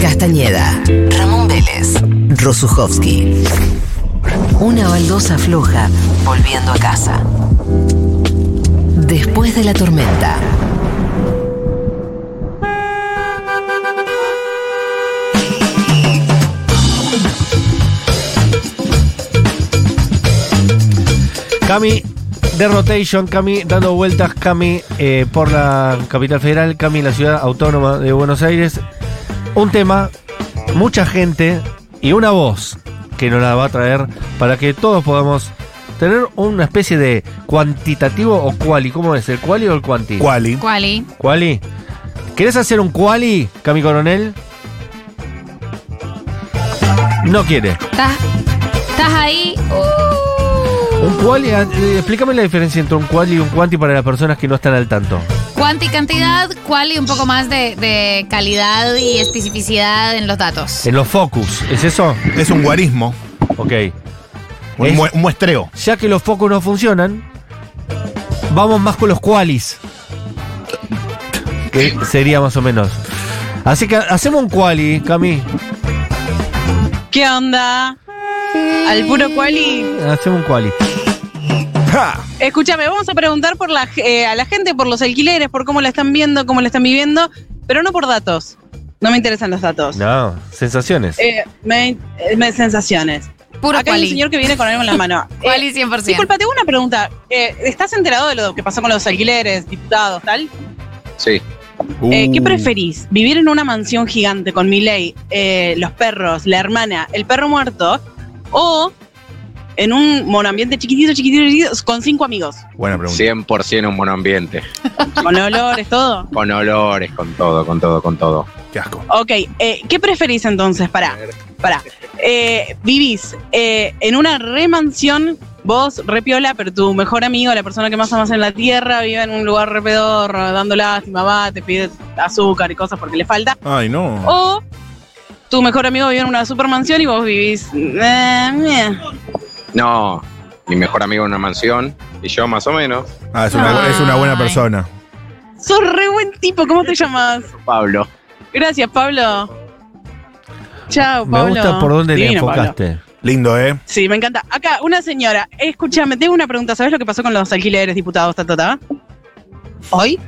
Castañeda, Ramón Vélez, Rosuchowski. Una baldosa floja volviendo a casa. Después de la tormenta. Cami, The Rotation, Cami dando vueltas, Cami eh, por la capital federal, Cami en la ciudad autónoma de Buenos Aires. Un tema, mucha gente y una voz que nos la va a traer para que todos podamos tener una especie de cuantitativo o quali. ¿Cómo es? ¿El quali o el cuanti? Quali. Quali. Quali. ¿Querés hacer un quali, Cami Coronel? No quiere. ¿Estás, estás ahí? Un Uh. quali, eh, explícame la diferencia entre un quali y un cuanti para las personas que no están al tanto. ¿Cuánta y cantidad? ¿Cuál y un poco más de, de calidad y especificidad en los datos? En los focus, ¿es eso? Es un guarismo. Ok. Un, Es- mue- un muestreo. Ya que los focus no funcionan, vamos más con los qualis. Que sería más o menos. Así que hacemos un quali, Cami. ¿Qué onda? Al puro cuali. Hacemos un quali. ¡Ja! Escúchame, vamos a preguntar por la, eh, a la gente por los alquileres, por cómo la están viendo, cómo la están viviendo, pero no por datos. No me interesan los datos. No, sensaciones. Eh, me, eh, me- sensaciones. Puro Acá hay un quali. señor que viene con algo en la mano. Eh, Quali 100%. disculpa, tengo una pregunta. Eh, ¿Estás enterado de lo que pasó con los alquileres, diputados, tal? Sí. Eh, ¿Qué Uh. preferís? ¿Vivir en una mansión gigante con Miley, eh, los perros, la hermana, el perro muerto? ¿O en un monoambiente chiquitito, chiquitito, chiquitito, con cinco amigos? Buena pregunta. 100% un buen ambiente. Con olores, todo. Con olores, con todo, con todo, con todo. Qué asco. Ok, eh, ¿qué preferís entonces? Pará, pará. Eh, vivís eh, en una remansión, vos re piola, pero tu mejor amigo, la persona que más amas en la tierra, vive en un lugar re pedorro, dando lástima, va, te pide azúcar y cosas porque le falta. Ay, no. O tu mejor amigo vive en una supermansión y vos vivís. eh, meh. No, mi mejor amigo en una mansión y yo más o menos. Ah, es una, Ay. es una buena persona. Sos re buen tipo, ¿cómo te llamas? Pablo. Gracias, Pablo. Chao, Me Pablo. gusta por dónde te Divino, Pablo. enfocaste. Lindo, ¿eh? Sí, me encanta. Acá, una señora. Escúchame, tengo una pregunta. ¿Sabes lo que pasó con los alquileres diputados, Tatata? ¿Hoy?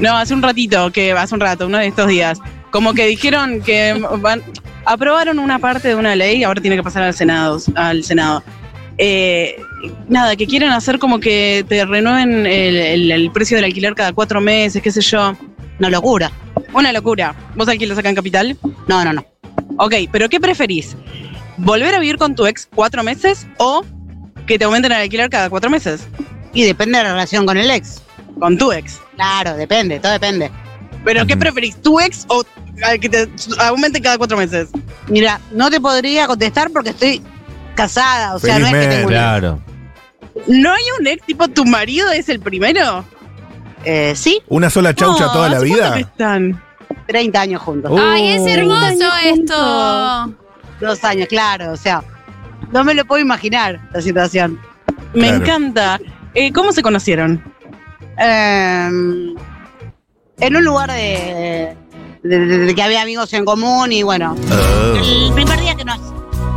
No, hace un ratito, que hace un rato, uno de estos días. Como que dijeron que van, aprobaron una parte de una ley, ahora tiene que pasar al Senado. Al Senado. Eh, nada, que quieren hacer como que te renueven el, el- el precio del alquiler cada cuatro meses, qué sé yo. Una locura. Una locura. ¿Vos alquilas acá en Capital? No, no, no. Ok, pero ¿qué preferís? ¿Volver a vivir con tu ex cuatro meses o que te aumenten el alquiler cada cuatro meses? Y depende de la relación con el ex. Con tu ex. Claro, depende, todo depende. ¿Pero qué Ujú. preferís, tu ex o al que te aumenten cada cuatro meses? Mira, no te podría contestar porque estoy casada, o sea, no es que Felizmente. tengo un- Claro. ¿No hay un ex tipo tu marido es el primero? Eh, sí, Una sola chaucha No, toda la ¿hace cuánto que vida. están? 30 años juntos. Ay, es Oh. hermoso esto. Dos años, claro, o sea, no me lo puedo imaginar la situación. Me Claro. encanta. Eh, ¿Cómo se conocieron? Eh, en un lugar de, de- de- de que había amigos en común y bueno, el primer día que nos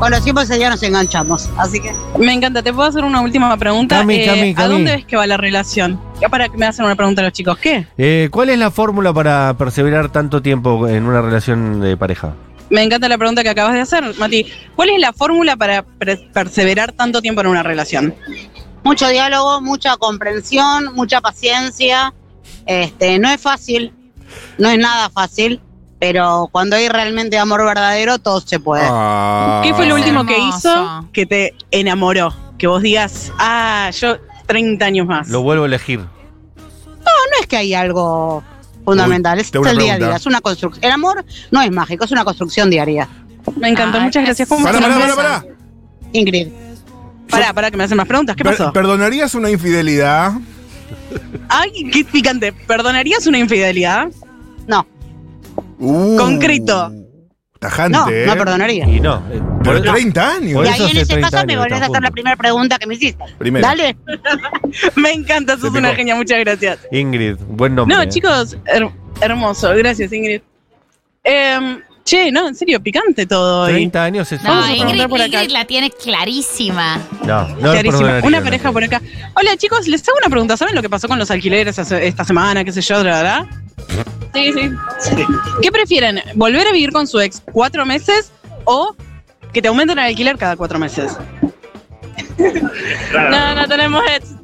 conocimos ese día nos enganchamos, así que... Me encanta. ¿Te puedo hacer una última pregunta? Eh, Cami, Cami, ¿A Cami. dónde ves que va la relación? Ya para que me hacen una pregunta los chicos. ¿Qué? Eh, ¿Cuál es la fórmula para perseverar tanto tiempo en una relación de pareja? Me encanta la pregunta que acabas de hacer, Mati. ¿Cuál es la fórmula para pre- perseverar tanto tiempo en una relación? mucho diálogo, mucha comprensión, mucha paciencia. Este, no es fácil, no es nada fácil, pero cuando hay realmente amor verdadero, todo se puede. Ah. ¿Qué fue lo último que Hermoso. hizo que te enamoró? Que vos digas, ah, yo 30 años más. Lo vuelvo a elegir. No es que hay algo fundamental, es tengo una el día a día, pregunta. es una construcción. El amor no es mágico, es una construcción diaria. Me encantó, Ay, muchas gracias. ¿Cómo Pará, se pará, llama? pará, pará. Ingrid, Pará, pará, que me hacen más preguntas. ¿Qué Per- pasó? ¿Perdonarías una infidelidad? Ay, qué picante. ¿Perdonarías una infidelidad? Uh. Concreto. Tajante, no, ¿eh? Ah, no perdonaría. Y no. eh, por Pero eso- 30 Por Y eso años. ahí en hace ese 30 caso me años volvés están a hacer la juntos. primera pregunta que me hiciste. Primero. Dale, Me encanta, Se sos picó. una genia, muchas gracias. Ingrid, buen nombre. No, eh. chicos, her- hermoso. Gracias, Ingrid. Em, Che, no, en serio, picante todo hoy. 30 años es No, Vamos a Ingrid, preguntar por acá. Ingrid la tiene clarísima. No, no lo Clarísimo. perdonaría, Una no. pareja por acá. Hola chicos, les hago una pregunta. ¿Saben lo que pasó con los alquileres hace- esta semana? ¿Qué sé yo? la, la, la? Sí, sí. ¿Qué prefieren? ¿Volver a vivir con su ex cuatro meses o que te aumenten el alquiler cada cuatro meses? No, no tenemos ex.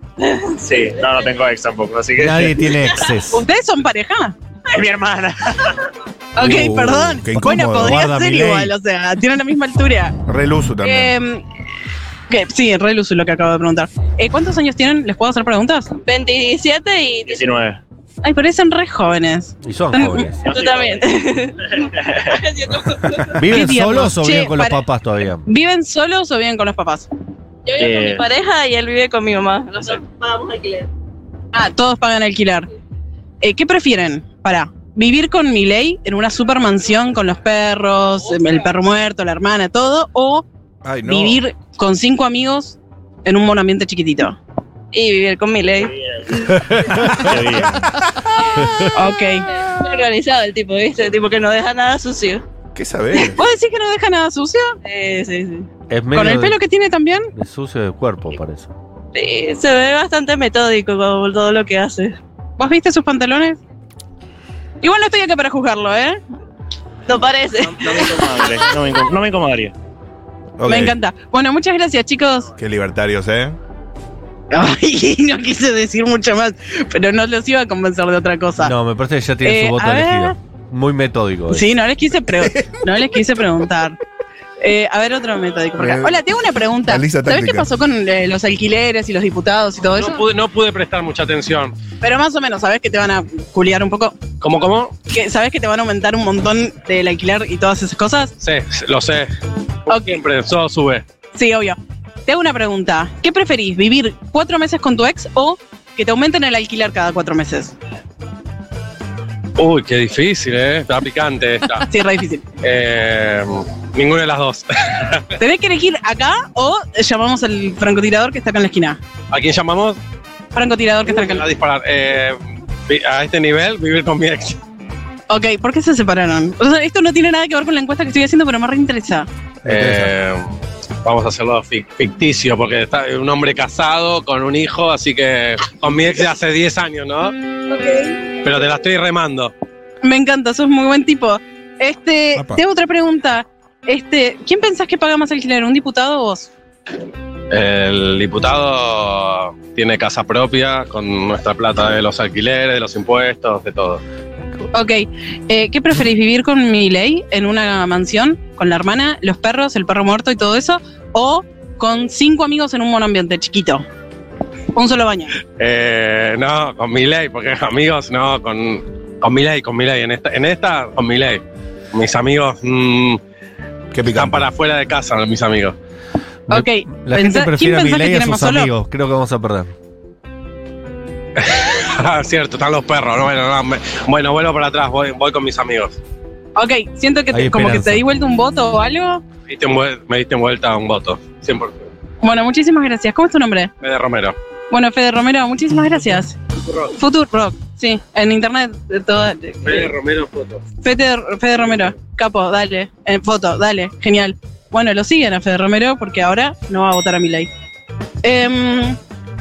Sí, no, no tengo ex tampoco, así que Nadie tiene exes. ¿Ustedes son pareja? es mi hermana. Ok, Uh, perdón. qué Bueno, incómodo. podría Guarda, ser Milei. igual, o sea, tienen la misma altura. Reluso también. Eh, que- sí, re luso lo que acabo de preguntar. Eh, ¿Cuántos años tienen? ¿Les puedo hacer preguntas? 27 y 19. Ay, parecen re jóvenes. Y son jóvenes. Ah, No tú soy también. ¿Viven Qué tierno. solos o Che, viven con los para- papás todavía? ¿Viven solos o viven con los papás? Yo vivo con Eh. mi pareja y él vive con mi mamá. Vamos a alquiler. Ah, todos pagan alquiler. Eh, ¿Qué prefieren? Para vivir con Miley en una super mansión con los perros, el perro muerto, la hermana, todo, o Ay, no. vivir con cinco amigos en un ambiente chiquitito. Y vivir con mi ley. Qué bien. Ah. Ok. Organizado el tipo, ¿viste? Tipo que no deja nada sucio. ¿Qué sabés? ¿Vos decís que no deja nada sucio? Sí, sí, sí. Es medio ¿Con el pelo que tiene también? de sucio de cuerpo, parece. Sí, se ve bastante metódico con todo lo que hace. ¿Vos viste sus pantalones? Igual no estoy acá para juzgarlo, ¿eh? No parece. No, no me incomodaría. No me, incom- no me incomodaría. Ok, Me encanta. Bueno, muchas gracias, chicos. Qué libertarios, ¿eh? Ay, no quise decir mucho más, pero no los iba a convencer de otra cosa. No, me parece que ya tiene eh, su voto a ver. elegido. Muy metódico. eh. Sí, no les quise, pre- no les quise preguntar. Eh, a ver, otro metódico por acá. Eh, Hola, tengo una pregunta. analiza ¿Sabes qué táctica. pasó con eh, los alquileres y los diputados y todo eso? No pude, no pude prestar mucha atención. Pero más o menos, ¿sabes que te van a culiar un poco? ¿Cómo, cómo? ¿Que, ¿Sabes que te van a aumentar un montón del alquiler y todas esas cosas? Sí, lo sé. Siempre, todo sube. Sí, obvio. Te hago una pregunta. ¿Qué preferís, vivir cuatro meses con tu ex o que te aumenten el alquiler cada cuatro meses? Uy, qué difícil, ¿eh? Está picante esta. Sí, re difícil. Eh, ninguna de las dos. ¿Tenés que elegir acá o llamamos al francotirador que está acá en la esquina? ¿A quién llamamos? Francotirador que está acá en la A disparar. Eh, vi- a este nivel, vivir con mi ex. Ok, ¿por qué se separaron? O sea, esto no tiene nada que ver con la encuesta que estoy haciendo, pero me reinteresa. Eh, vamos a hacerlo fic- ficticio, porque está un hombre casado con un hijo, así que con mi ex de hace 10 años, ¿no? Pero te la estoy remando. Me encanta, sos muy buen tipo. Este, Apa. tengo otra pregunta. Este, ¿quién pensás que paga más alquiler, un diputado o vos? El diputado tiene casa propia con nuestra plata de los alquileres, de los impuestos, de todo. Ok, eh, ¿qué preferís, vivir con mi ley en una mansión, con la hermana, los perros, el perro muerto y todo eso? ¿O con cinco amigos en un monoambiente chiquito? Un solo baño. Eh, no, con mi ley, porque amigos, no, con, con mi ley, con mi ley. En esta, en esta con mi ley. Mis amigos mm, Qué están picante. para afuera de casa, mis amigos. Me- Ok, La gente pensá- prefiere a ¿quién pensás que Milei y a tiene sus más solo? amigos. Creo que vamos a perder. Ah, Cierto, están los perros. ¿no? Bueno, no, me- bueno, vuelvo para atrás, voy, voy con mis amigos. Ok, siento que te- Hay como que esperanza. te di vuelta un voto o algo. Me diste en vuel- me diste en vuelta un voto, 100%. Bueno, muchísimas gracias. ¿Cómo es tu nombre? Fede Romero. Bueno, Fede Romero, muchísimas gracias. Future Rock, sí, en internet de todo. Fede Romero, foto. Fede, Fede Romero, capo, dale, en foto, dale, genial. Bueno, lo siguen a Fede Romero porque ahora no va a votar a Milei. Em,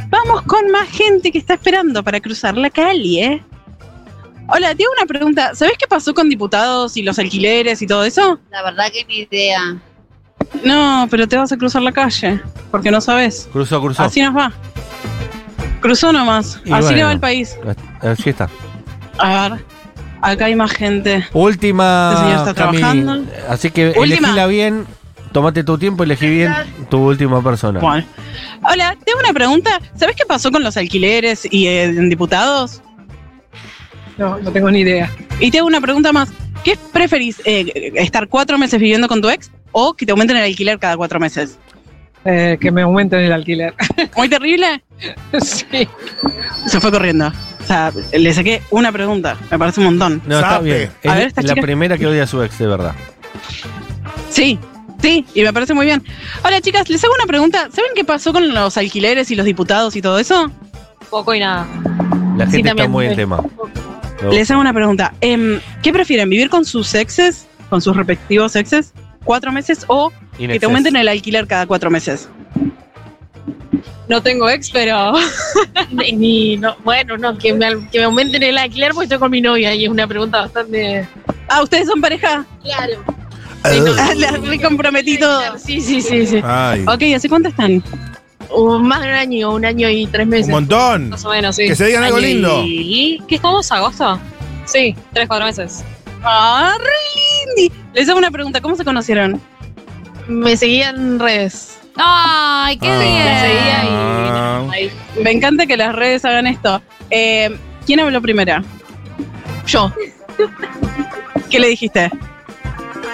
vamos con más gente que está esperando para cruzar la calle. ¿eh? Hola, tengo una pregunta. ¿Sabés qué pasó con diputados y los alquileres y todo eso? La verdad que ni idea. No, pero te vas a cruzar la calle porque no sabes. Cruzó, cruzó. Así nos va. Cruzó nomás. Y Así le bueno. va el país. Así Eh, está. A ver, acá hay más gente. Última. Este señor está Cami. trabajando. Así que Última. elegíla bien. Tomate tu tiempo, elegí bien tu última persona. Bueno. Hola, tengo una pregunta. ¿Sabes qué pasó con los alquileres y eh, en diputados? No, no tengo ni idea. Y tengo una pregunta más. ¿Qué preferís? eh, ¿Estar cuatro meses viviendo con tu ex o que te aumenten el alquiler cada cuatro meses? Eh, que me aumenten el alquiler. ¿Muy terrible? sí. Se fue corriendo. O sea, le saqué una pregunta. Me parece un montón. No, está Zape. bien. A ver, Es esta la chica. primera que odia a su ex, de verdad. Sí, sí, y me parece muy bien. Hola chicas, les hago una pregunta. ¿Saben qué pasó con los alquileres y los diputados y todo eso? Poco y nada. La gente está también. muy en tema. No. Les hago una pregunta. Em, ¿Qué prefieren, vivir con sus exes, con sus respectivos exes cuatro meses o In que te excess. aumenten el alquiler cada cuatro meses. No tengo ex, pero. ni- ni, no, bueno, no, que me, que me aumenten el alquiler porque estoy con mi novia y es una pregunta bastante. Ah, ¿ustedes son pareja? Ah, Claro. La recomprometí todo. Sí, sí, sí, sí. Ay. Ok, ¿hace cuánto están? Un- más de un año, un año y tres meses. Un montón. Más o menos, sí. Que se digan algo Año lindo. Y... ¿Qué estamos? ¿Agosto? Sí, tres, cuatro meses. Ah, re lindy. Les hago una pregunta, ¿cómo se conocieron? Me seguían en redes. Ay, qué Ah. bien. Ah. Ahí. Me encanta que las redes hagan esto. Eh, ¿Quién habló primero? Yo. ¿Qué le dijiste?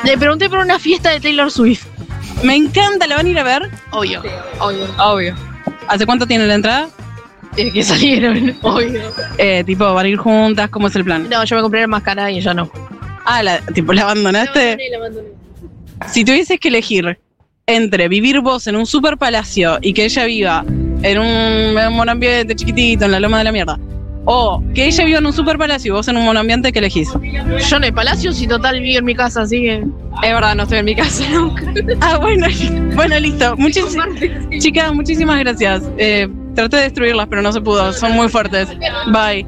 Le pregunté por una fiesta de Taylor Swift. Me encanta, ¿la van a ir a ver? Obvio. Obvio. Obvio. ¿Hace cuánto tiene la entrada? Desde eh, que salieron, obvio. Eh, tipo, ¿van a ir juntas? ¿Cómo es el plan? No, yo me compré la máscara y ella no. Ah, la, tipo, ¿la abandonaste? La abandoné, Si tuvieses que elegir entre vivir vos en un super palacio y que ella viva en un, en un monoambiente chiquitito, en la loma de la mierda, o que ella viva en un super palacio y vos en un monoambiente, ¿qué elegís? la abandoné. Yo en el palacio, si total vivo en mi casa, así que. Es verdad, no estoy en mi casa nunca. Ah, bueno, bueno, listo. Muchis- chicas, muchísimas gracias. Eh, traté de destruirlas, pero no se pudo. Son muy fuertes. Bye.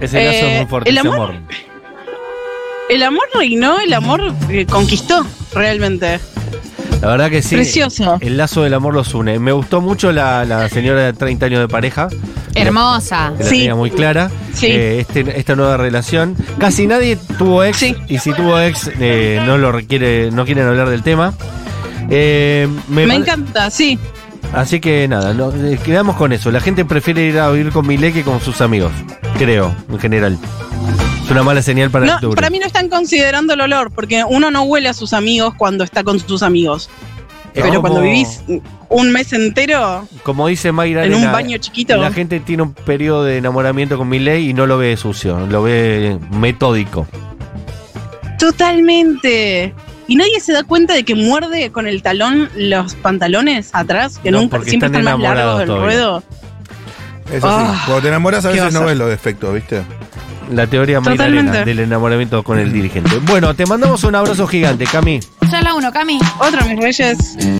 Ese lazo Eh, es muy fuerte, el ese amor- amor. El amor reinó, el amor eh, conquistó, realmente. La verdad que sí. Precioso. El lazo del amor los une. Me gustó mucho la, la señora de 30 años de pareja. Hermosa. La Sí. tenía muy clara. Sí. Eh, este- esta nueva relación. Casi nadie tuvo ex. Sí. Y si tuvo ex, eh, no lo requiere, no quieren hablar del tema. Eh, me Me pare- encanta, sí. Así que nada, no, eh, quedamos con eso. La gente prefiere ir a vivir con Milei que con sus amigos, creo, en general. Es una mala señal para el No, futuro. para mí no están considerando el olor, porque uno no huele a sus amigos cuando está con sus amigos. Es Pero como- cuando vivís un mes entero Como dice Mayra en un Arena, baño chiquito, La gente tiene un periodo de enamoramiento con Milei y no lo ve sucio, lo ve metódico. totalmente. Y nadie se da cuenta de que muerde con el talón los pantalones atrás, que No, nunca porque siempre están están más largos enamorados del todavía. ruedo. Eso sí. Ah, Cuando te enamoras a qué veces no oso. ves los defectos, ¿viste? La teoría Mayra Arena Totalmente. del enamoramiento con el dirigente. Bueno, te mandamos un abrazo gigante, Cami. Yo la uno, Cami. Otro, mis reyes.